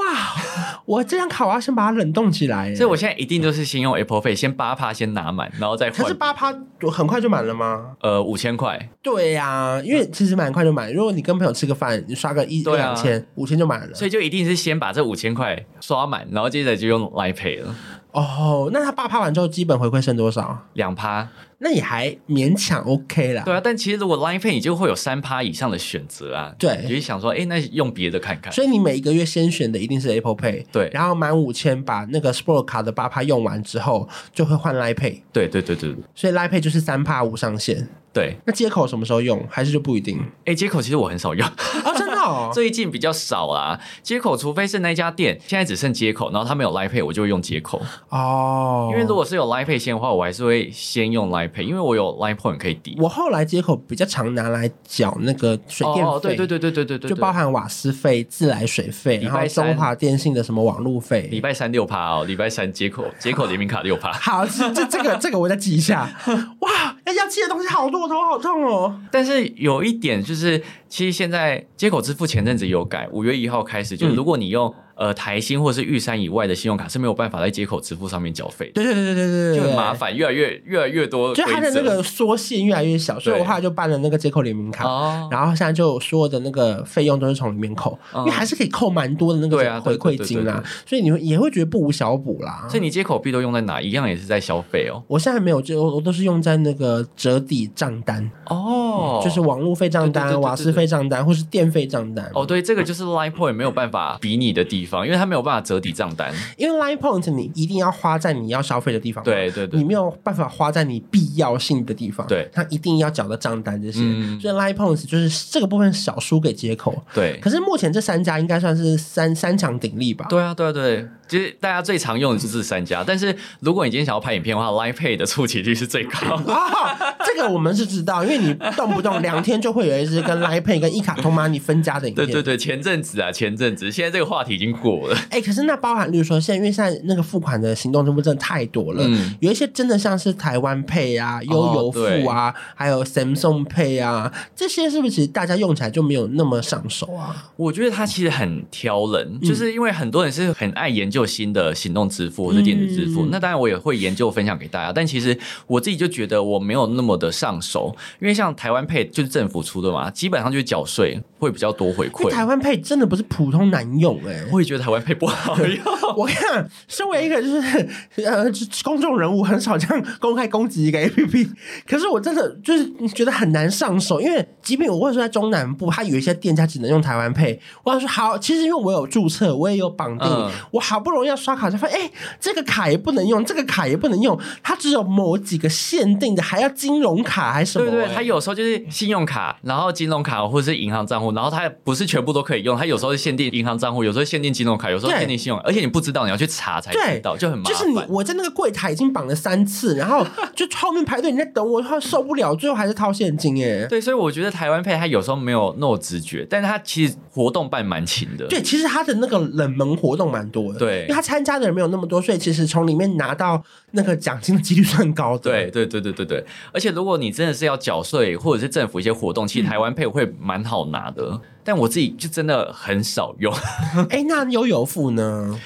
Speaker 2: 我这张卡我要先把它冷冻起来耶。
Speaker 1: 所以我现在一定就是先用 Apple Pay，先八趴先拿满，然后再
Speaker 2: 可是
Speaker 1: 换
Speaker 2: 八趴很快就满了吗？
Speaker 1: 呃五千块。
Speaker 2: 对呀、因为其实蛮快就满。如果你跟朋友吃个饭，你刷个一、
Speaker 1: 对啊
Speaker 2: 两千、五千就满了。
Speaker 1: 所以就一定是先把这五千块刷满，然后接着就用 Line Pay 了。
Speaker 2: 哦，那他爸拍完之后，基本回馈剩多少？
Speaker 1: 两趴。
Speaker 2: 那也还勉强 OK 啦。
Speaker 1: 对啊，但其实如果 Line Pay，你就会有三趴以上的选择啊。
Speaker 2: 对
Speaker 1: 你就想说，哎，那用别的看看。
Speaker 2: 所以你每一个月先选的一定是 Apple Pay，
Speaker 1: 对
Speaker 2: 然后满五千把那个 Sport 卡的八趴用完之后，就会换 Line Pay，
Speaker 1: 对对对对
Speaker 2: 所以 Line Pay 就是三趴无上限。
Speaker 1: 对，
Speaker 2: 那接口什么时候用？还是就不
Speaker 1: *laughs*
Speaker 2: 一定？
Speaker 1: 哎，接口其实我很少用，
Speaker 2: 哦，真的哦，
Speaker 1: 最近比较少啦。接口除非是那家店，现在只剩接口，然后他们有 Line Pay，我就会用接口。
Speaker 2: 哦，
Speaker 1: 因为如果是有 Line Pay 先的话，我还是会先用 Line Pay，因为我有 Line Point 可以抵。
Speaker 2: 我后来接口比较常拿来缴那个水电费，
Speaker 1: 哦，对对对对对对对，
Speaker 2: 就包含瓦斯费、自来水费，
Speaker 1: 礼拜
Speaker 2: 然后
Speaker 1: 三
Speaker 2: 中华电信的什么网路
Speaker 1: 礼
Speaker 2: 费。
Speaker 1: 拜三六趴哦，礼拜三接口接口联名卡六趴。
Speaker 2: 好，这这这个这个我再记一下。哇，要要记的东西好多，我头好痛哦。
Speaker 1: *laughs* 但是有一点就是，其实现在接口支付前阵子有改，五月一号开始，就
Speaker 2: 嗯
Speaker 1: 如果你用、呃台新或是玉山以外的信用卡是没有办法在接口支付上面缴费，
Speaker 2: 对对对对对对，
Speaker 1: 就
Speaker 2: 对
Speaker 1: 很麻。烦，越来越越来越多
Speaker 2: 就
Speaker 1: 规
Speaker 2: 它的那
Speaker 1: 则
Speaker 2: 个缩限越来越小，所以
Speaker 1: 对
Speaker 2: 我后来就办了那个接口联名卡，
Speaker 1: 哦，
Speaker 2: 然后现在就所有的那个费用都是从里面扣，
Speaker 1: 嗯
Speaker 2: 因为还是可以扣蛮多的那
Speaker 1: 对啊
Speaker 2: 个
Speaker 1: 对
Speaker 2: 回
Speaker 1: 对
Speaker 2: 馈
Speaker 1: 对
Speaker 2: 金
Speaker 1: 对
Speaker 2: 啊
Speaker 1: 对，
Speaker 2: 所以你会也会觉得不无小补啦。
Speaker 1: 所以你接口币都用在哪？一样也是在消费哦。
Speaker 2: 我现在没有，就我都是用在那个折抵账单，
Speaker 1: 哦，
Speaker 2: 就是网路费账
Speaker 1: 对对对对
Speaker 2: 单、
Speaker 1: 对
Speaker 2: 瓦斯费账单或是电费账单。
Speaker 1: 哦，对，这个就是 Line Point 没有办法比拟的地方，因为它没有办法折抵账单。
Speaker 2: 因为 Line Point 你一定要花在你要消费的地方，，
Speaker 1: 对对对
Speaker 2: 你，没有办法花在你必要性的地方，
Speaker 1: 对
Speaker 2: 它一定要缴的账单这些，
Speaker 1: 嗯
Speaker 2: 所以 Line Point 就是这个部分少输给接口。
Speaker 1: 对
Speaker 2: 可是目前这三家应该算是三三强鼎立吧？
Speaker 1: 对啊对啊对，其实大家最常用的就是三家，但是如果你今天想要拍影片的话，Line Pay 的触及率是最高。
Speaker 2: *laughs* 啊、这个我们是知道，因为你动不动两天就会有一支跟 Line Pay 跟一卡通 Money 分家的影
Speaker 1: 对
Speaker 2: 片，
Speaker 1: 对对，前阵子啊，前阵子，现在这个话题已经过了。
Speaker 2: 哎、可是那包含，例如说，现在因为现在那个付款的行动支付真的太多了，
Speaker 1: 嗯哦
Speaker 2: 有一些真的像是台湾配啊、悠游付啊，还有 Samsung 配啊，这些是不是其实大家用起来就没有那么上手啊？
Speaker 1: 我觉得它其实很挑人，就是因为很多人是很爱研究新的行动支付或者电子支付。
Speaker 2: 嗯
Speaker 1: 那当然我也会研究分享给大家，但其实我自己就觉得我没有那么的上手，因为像台湾配就是政府出的嘛，基本上就是缴税会比较多回
Speaker 2: 因
Speaker 1: 馈
Speaker 2: 为。台湾配真的不是普通难用哎、
Speaker 1: 我也觉得台湾配不好用。
Speaker 2: *laughs* 我看，身为一个就是呃公众人物，很少这样公开攻击一个 A P P。可是我真的就是觉得很难上手，因为即便我或者说在中南部，它有一些店家只能用台湾配。我想说好，其实因为我有注册，我也有绑定，
Speaker 1: 嗯
Speaker 2: 我好不容易要刷卡，才发现哎、这个卡也不能用，这个卡也不能用，它只有某几个限定的，还要金融卡还是什么、
Speaker 1: 对对，
Speaker 2: 哎
Speaker 1: 它有时候就是信用卡，然后金融卡或者是银行账户，然后它不是全部都可以用，它有时候是限定银行账户，有时候限定金融卡，有时候
Speaker 2: 对
Speaker 1: 限定信用卡，而且你不知道，你要去查才
Speaker 2: 对
Speaker 1: 知道，就很麻
Speaker 2: 就
Speaker 1: 烦。
Speaker 2: 是你，我在那个柜台已经绑了三次，然后就后面排队，你在等我，后受不了，最后还是掏现金哎。
Speaker 1: 对，所以我觉得台湾配它有时候没有那种直觉，但是它其实活动办蛮勤的。
Speaker 2: 对，其实他的那个冷门活动蛮多的，
Speaker 1: 对
Speaker 2: 因为他参加的人没有那么多，所以其实从里面拿到那个奖金的几率算高的。
Speaker 1: 对，对对对对对，而且如果你真的是要缴税或者是政府一些活动，其实台湾配会蛮好拿的。但我自己就真的很少用
Speaker 2: *laughs* 哎，那悠游付呢？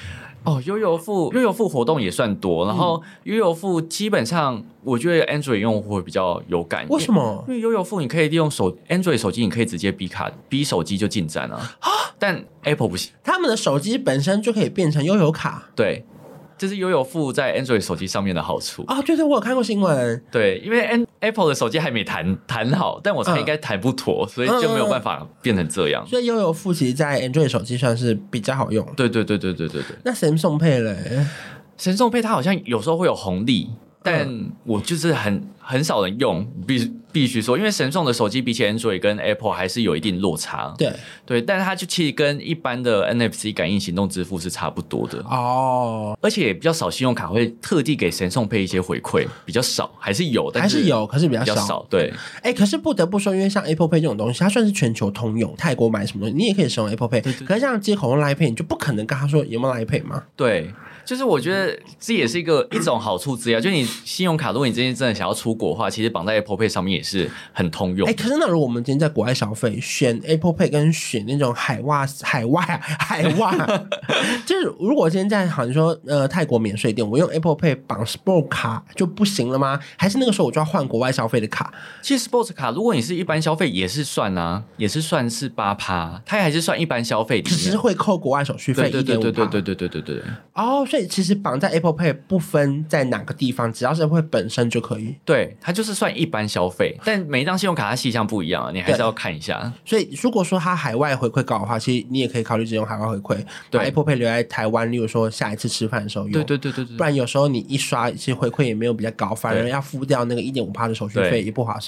Speaker 1: 哦，悠游付悠游付活动也算多，然
Speaker 2: 嗯
Speaker 1: 后悠游付基本上我觉得 Android 用户会比较有感，
Speaker 2: 为什？么？
Speaker 1: 因为悠游付你可以利用手 Android 手机，你可以直接 B 卡 B 手机就进站啊，但 Apple 不行。
Speaker 2: 他们的手机本身就可以变成悠游卡
Speaker 1: 对，这是悠游付在 Android 手机上面的好处。
Speaker 2: 啊、对对，我有看过新闻。
Speaker 1: 对，因为 N Apple 的手机还没谈谈好，但我
Speaker 2: 嗯
Speaker 1: 猜应该谈不妥，所以就没有办法变成这样。
Speaker 2: 所以悠游付其实在 Android 手机算是比较好用。
Speaker 1: 对对对对对对对，
Speaker 2: 那 Samsung 配嘞？
Speaker 1: 神送配它好像有时候会有红利，
Speaker 2: 嗯
Speaker 1: 但我就是很很少人用，必必须说，因为神送的手机比起 Android 跟 Apple 还是有一定落差。
Speaker 2: 对，
Speaker 1: 对，但它就其实跟一般的 NFC 感应行动支付是差不多的。
Speaker 2: 哦，
Speaker 1: 而且也比较少，信用卡会特地给神送配一些回馈，比较少，还是有，但
Speaker 2: 还是有，可是比较
Speaker 1: 比较
Speaker 2: 少。
Speaker 1: 少。对，
Speaker 2: 哎、可是不得不说，因为像 Apple Pay 这种东西，它算是全球通用，泰国买什么东西你也可以使用 Apple Pay。可是像接口用 Line Pay，你就不可能跟他说有没有 Line Pay 嘛？
Speaker 1: 对，就是我觉得这也是一个一种好处之一啊。就你信用卡，如果你今天真的想要出果的话，其实绑在 Apple Pay 上面也是很通用
Speaker 2: 哎、。可是那如果我们今天在国外消费，选 Apple Pay 跟选那种海外海外啊海
Speaker 1: *laughs*
Speaker 2: 外，就是如果今天在好像说呃泰国免税店，我用 Apple Pay 绑 Sport 卡就不行了吗？还是那个时候我就要换国外消费的卡？
Speaker 1: 其实 Sports 卡，如果你是一般消费，也是算啊，也是算是八趴，它还是算一般消费里
Speaker 2: 只是
Speaker 1: 面。
Speaker 2: 会扣国外手续费
Speaker 1: 对
Speaker 2: 一
Speaker 1: 对对
Speaker 2: 点五
Speaker 1: 对对对对对对对。
Speaker 2: 哦，所以其实绑在 Apple Pay 不分在哪个地方，只要是 Apple Pay 本身就可以。
Speaker 1: 对，它就是算一般消费，但每一张信用卡它细项不一样啊，你还是要看一下。
Speaker 2: 所以如果说它海外回馈高的话，其实你也可以考虑只用海外回馈，把
Speaker 1: 对
Speaker 2: Apple Pay 留在台湾，例如说下一次吃饭的时候用。
Speaker 1: 对对对对对对，
Speaker 2: 不然有时候你一刷，其实回馈也没有比较高，反
Speaker 1: 嗯
Speaker 2: 而
Speaker 1: 对
Speaker 2: 要付掉那个一点五帕的手续费，
Speaker 1: 对
Speaker 2: 也不划算。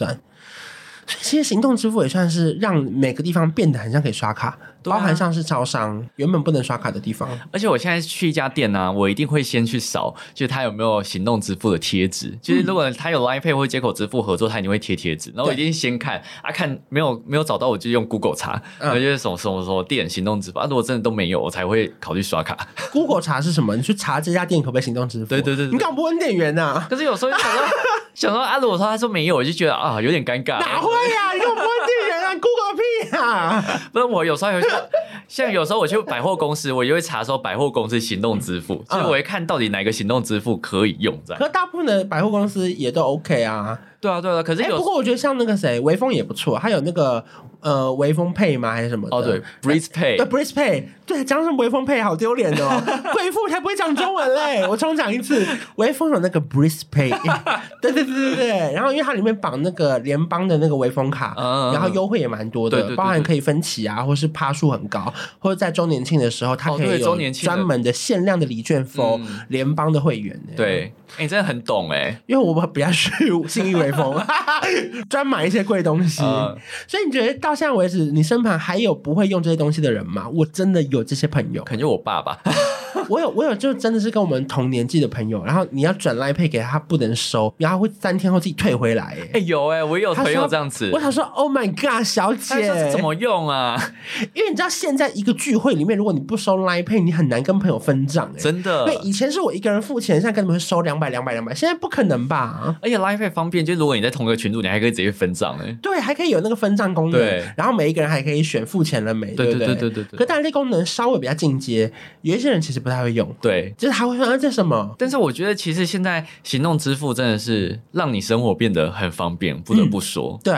Speaker 2: 所以其实行动支付也算是让每个地方变得很像可以刷卡，
Speaker 1: 对啊
Speaker 2: 包含像是超
Speaker 1: 啊
Speaker 2: 商原本不能刷卡的地方。
Speaker 1: 而且我现在去一家店呢、我一定会先去扫，就是它有没有行动支付的贴纸。就是如果它有 Line Pay 或接口支付合作，它一定会贴贴纸。然后我一定先看啊，看没有没有找到，我就用 Google 查，
Speaker 2: 嗯
Speaker 1: 然后就是什么什么什么店行动支付。啊，如果真的都没有，我才会考虑刷卡。
Speaker 2: Google 查是什么？你去查这家店可不可以行动支付？
Speaker 1: 对对对对
Speaker 2: 你敢不问店员啊呐？
Speaker 1: 可是有时候就想 *laughs* 说想说啊，如果说他说没有，我就觉得啊有点尴尬。
Speaker 2: 哪
Speaker 1: *laughs*
Speaker 2: 会呀、你敢不问店员啊？Google 屁啊！
Speaker 1: 不是我有时候有去，像有时候我去百货公司，我就会查说百货公司行动支付，所以我会看到底哪个行动支付可以用这样。
Speaker 2: 可大部分的百货公司也都 OK 啊。
Speaker 1: 对啊，对啊，可是
Speaker 2: 哎、
Speaker 1: 有
Speaker 2: 不过我觉得像那个谁，微风也不错，它有那个呃微风配吗？还是什么的？
Speaker 1: 哦 *laughs* 对，Breeze
Speaker 2: 对
Speaker 1: Pay，
Speaker 2: ，Breeze Pay，对，讲成微风配好丢脸
Speaker 1: *laughs*
Speaker 2: 哦，贵妇才不会讲中文嘞！我重讲一次，微风有那个 Breeze
Speaker 1: *laughs*
Speaker 2: Pay，对对对对对。然后因为它里面绑那个联邦的那个微风卡，
Speaker 1: 嗯嗯嗯
Speaker 2: 然后优惠也蛮多的，
Speaker 1: 对对对
Speaker 2: 包含可以分期啊，或是趴数很高，或者在周年庆的时候，它
Speaker 1: 哦
Speaker 2: 可
Speaker 1: 对
Speaker 2: 以
Speaker 1: 周
Speaker 2: 有
Speaker 1: 年庆的
Speaker 2: 专门的限量的礼券 for
Speaker 1: 嗯
Speaker 2: 联邦的会员呢。
Speaker 1: 对，哎你真的很懂哎。
Speaker 2: 因为我比较去信义威风，
Speaker 1: *laughs*
Speaker 2: 专买一些贵东西。
Speaker 1: 嗯
Speaker 2: 所以你觉得到现在为止，你身旁还有不会用这些东西的人吗？我真的有这些朋
Speaker 1: *laughs*
Speaker 2: 友，
Speaker 1: 可能就我爸爸，
Speaker 2: 我有我有，就真的是跟我们同年纪的朋友，然后你要转 Line Pay 给他，他不能收，然后他会三天后自己退回来。
Speaker 1: 哎
Speaker 2: 哎、
Speaker 1: 有哎，我也有
Speaker 2: 他说
Speaker 1: 朋友这样子
Speaker 2: 我，想说，Oh my God，小
Speaker 1: 他
Speaker 2: 姐，
Speaker 1: 说怎么用啊？ *laughs*
Speaker 2: 因为你知道，现在一个聚会里面，如果你不收 Line Pay，你很难跟朋友分账、哎，
Speaker 1: 真的
Speaker 2: 对，，以前是我一个人付钱，现在跟你们收两百、两百、两百，现在不可能吧？
Speaker 1: 而且 Line Pay 方便，就如果你在同一个群组，你还可以直接分账哎。
Speaker 2: 对，还可以有那个分账功能
Speaker 1: 对，
Speaker 2: 然后每一个人还可以选付钱了没，
Speaker 1: 对
Speaker 2: 不
Speaker 1: 对
Speaker 2: 对
Speaker 1: 对对对
Speaker 2: 可但这功能稍微比较进阶，有一些人其实不太会用，
Speaker 1: 对，
Speaker 2: 就是他会说啊这什么？
Speaker 1: 但是我觉得其实现在行动支付真的是让你生活变得很方便，不得
Speaker 2: 嗯
Speaker 1: 不说。
Speaker 2: 对，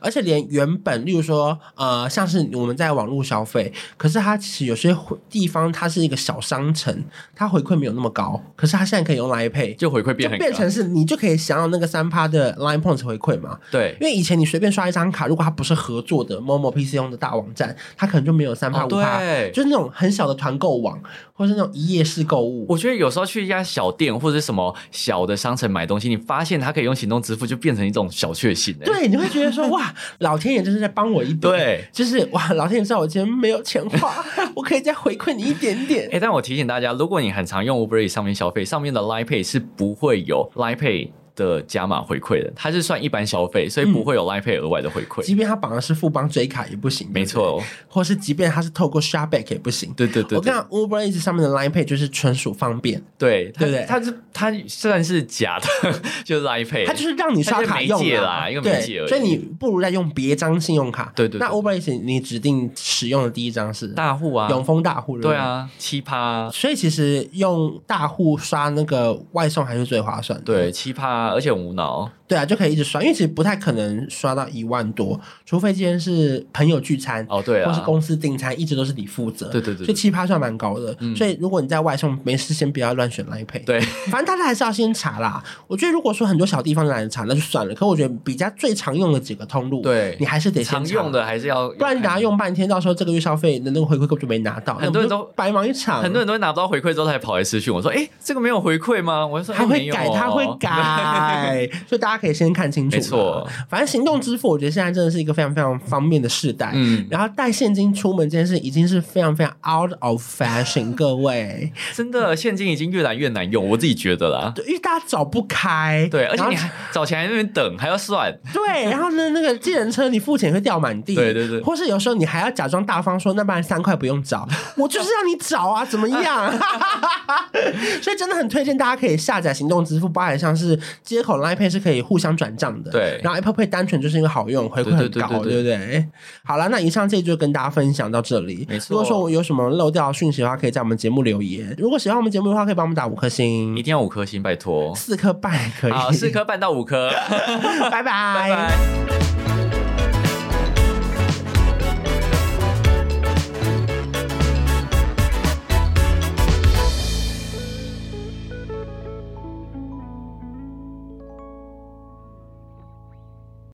Speaker 2: 而且连原本，例如说，呃，像是我们在网络消费，可是它其实有些地方它是一个小商城，它回馈没有那么高，可是它现在可以用 Line Pay，
Speaker 1: 就回馈
Speaker 2: 就
Speaker 1: 变很高
Speaker 2: 变成是你就可以享有那个三趴的 Line Points 回馈嘛。
Speaker 1: 对
Speaker 2: 因为以前你随便刷一张卡，如果它不是合作的某某 PC 用的大网站，它可能就没有三趴
Speaker 1: 哦
Speaker 2: 五趴，
Speaker 1: 对
Speaker 2: 就是那种很小的团购网，或是那种一夜式购物。
Speaker 1: 我觉得有时候去一家小店或者什么小的商城买东西，你发现它可以用行动支付，就变成一种小确幸、欸。
Speaker 2: 对，你会觉得说
Speaker 1: *laughs*
Speaker 2: 哇，老天爷就是在帮我一点，
Speaker 1: 对
Speaker 2: 就是哇，老天爷知道我今天没有钱
Speaker 1: *laughs*
Speaker 2: 花，我可以再回馈你一点点
Speaker 1: 哎、。但我提醒大家，如果你很常用 Uber Eats 上面消费，上面的 Line Pay 是不会有 Line Pay 的加码回馈的，它是算一般消费，所以
Speaker 2: 嗯
Speaker 1: 不会有 Line Pay 额外的回馈。
Speaker 2: 即便他绑的是富邦追卡也不行，
Speaker 1: 没
Speaker 2: 对不
Speaker 1: 错，哦
Speaker 2: 对，或是即便他是透过 Shopback 也不行。
Speaker 1: 对对对
Speaker 2: 我
Speaker 1: 对
Speaker 2: 跟你讲，Uber Eats 上面的 Line Pay 就是纯属方便，
Speaker 1: 对
Speaker 2: 对不对
Speaker 1: 它它是它虽然是假的，就是 Line Pay，
Speaker 2: 它 *laughs* 就是让你刷卡
Speaker 1: 它
Speaker 2: 用
Speaker 1: 就是媒介
Speaker 2: 的
Speaker 1: 啦一个媒介而
Speaker 2: 对，
Speaker 1: 已
Speaker 2: 所以你不如再用别张信用卡。
Speaker 1: 对对对
Speaker 2: 那 Uber Eats 你指定使用的第一张是
Speaker 1: 大户啊，
Speaker 2: 永丰大户，不
Speaker 1: 对。啊，七趴啊，
Speaker 2: 所以其实用大户刷那个外送还是最划算的。
Speaker 1: 对七趴啊，而且无脑。
Speaker 2: 对啊，就可以一直刷，因为其实不太可能刷到一万多，除非今天是朋友聚餐。
Speaker 1: 哦，对
Speaker 2: 或是
Speaker 1: 啊，
Speaker 2: 公司订餐一直都是你负责，
Speaker 1: 对对对对嗯
Speaker 2: 所以奇葩算蛮高的。所以如果你在外送，没事先不要乱选来配。
Speaker 1: 对，
Speaker 2: 反正大家还是要先查啦。我觉得如果说很多小地方懒得查，那就算了。可我觉得比较最常用的几个通路，
Speaker 1: 对
Speaker 2: 你还是得先
Speaker 1: 常
Speaker 2: 查
Speaker 1: 用，的还是要，
Speaker 2: 不然你等下用半天，到时候这个月消费的那个回馈根本就没拿到，
Speaker 1: 很多人
Speaker 2: 那不就
Speaker 1: 都
Speaker 2: 白忙一场。
Speaker 1: 很多人都会拿不到回馈之后，他还跑来私讯我说：“哎、这个没有回馈吗？”我就 *laughs* 说：“哎
Speaker 2: 他
Speaker 1: 没
Speaker 2: 会
Speaker 1: 有
Speaker 2: 改，
Speaker 1: 哦
Speaker 2: 他会
Speaker 1: *laughs*
Speaker 2: 改，所以大家可以先看清楚。
Speaker 1: 没错，
Speaker 2: 反正行动支付，我觉得现在真的是一个非常非常方便的时代。
Speaker 1: 嗯
Speaker 2: 然后带现金出门这件事已经是非常非常 out of fashion，
Speaker 1: *laughs*
Speaker 2: 各位，
Speaker 1: 真的，现金已经越来越难用，我自己觉得啦。
Speaker 2: 对，因为大家找不开，
Speaker 1: 对，而且
Speaker 2: 然后
Speaker 1: 你还早前还在那边等，还要算， *laughs*
Speaker 2: 对，然后呢，那个计程车你付钱会掉满地，
Speaker 1: 对对对
Speaker 2: 或是有时候你还要假装大方说，那不然三块不用找，
Speaker 1: *laughs*
Speaker 2: 我就是让你找啊，怎么样？ *laughs* 所以真的很推荐大家可以下载行动支付，包含像是接口 Line Pay 是可以互相转账的。
Speaker 1: 对
Speaker 2: 然后 Apple Pay 单纯就是因为好用，回馈很
Speaker 1: 对对
Speaker 2: 高，
Speaker 1: 对
Speaker 2: 对
Speaker 1: 对
Speaker 2: 不对？好了，那以上这一就跟大家分享到这里。
Speaker 1: 没错
Speaker 2: 如果说我有什么漏掉的讯息的话，可以在我们节目留言。如果喜欢我们节目的话，可以帮我们打五颗
Speaker 1: 一
Speaker 2: 星，
Speaker 1: 定要五颗星，拜托。
Speaker 2: *laughs* 四颗半也可以，
Speaker 1: 好，四，颗半到五颗，拜
Speaker 2: 拜
Speaker 1: 拜。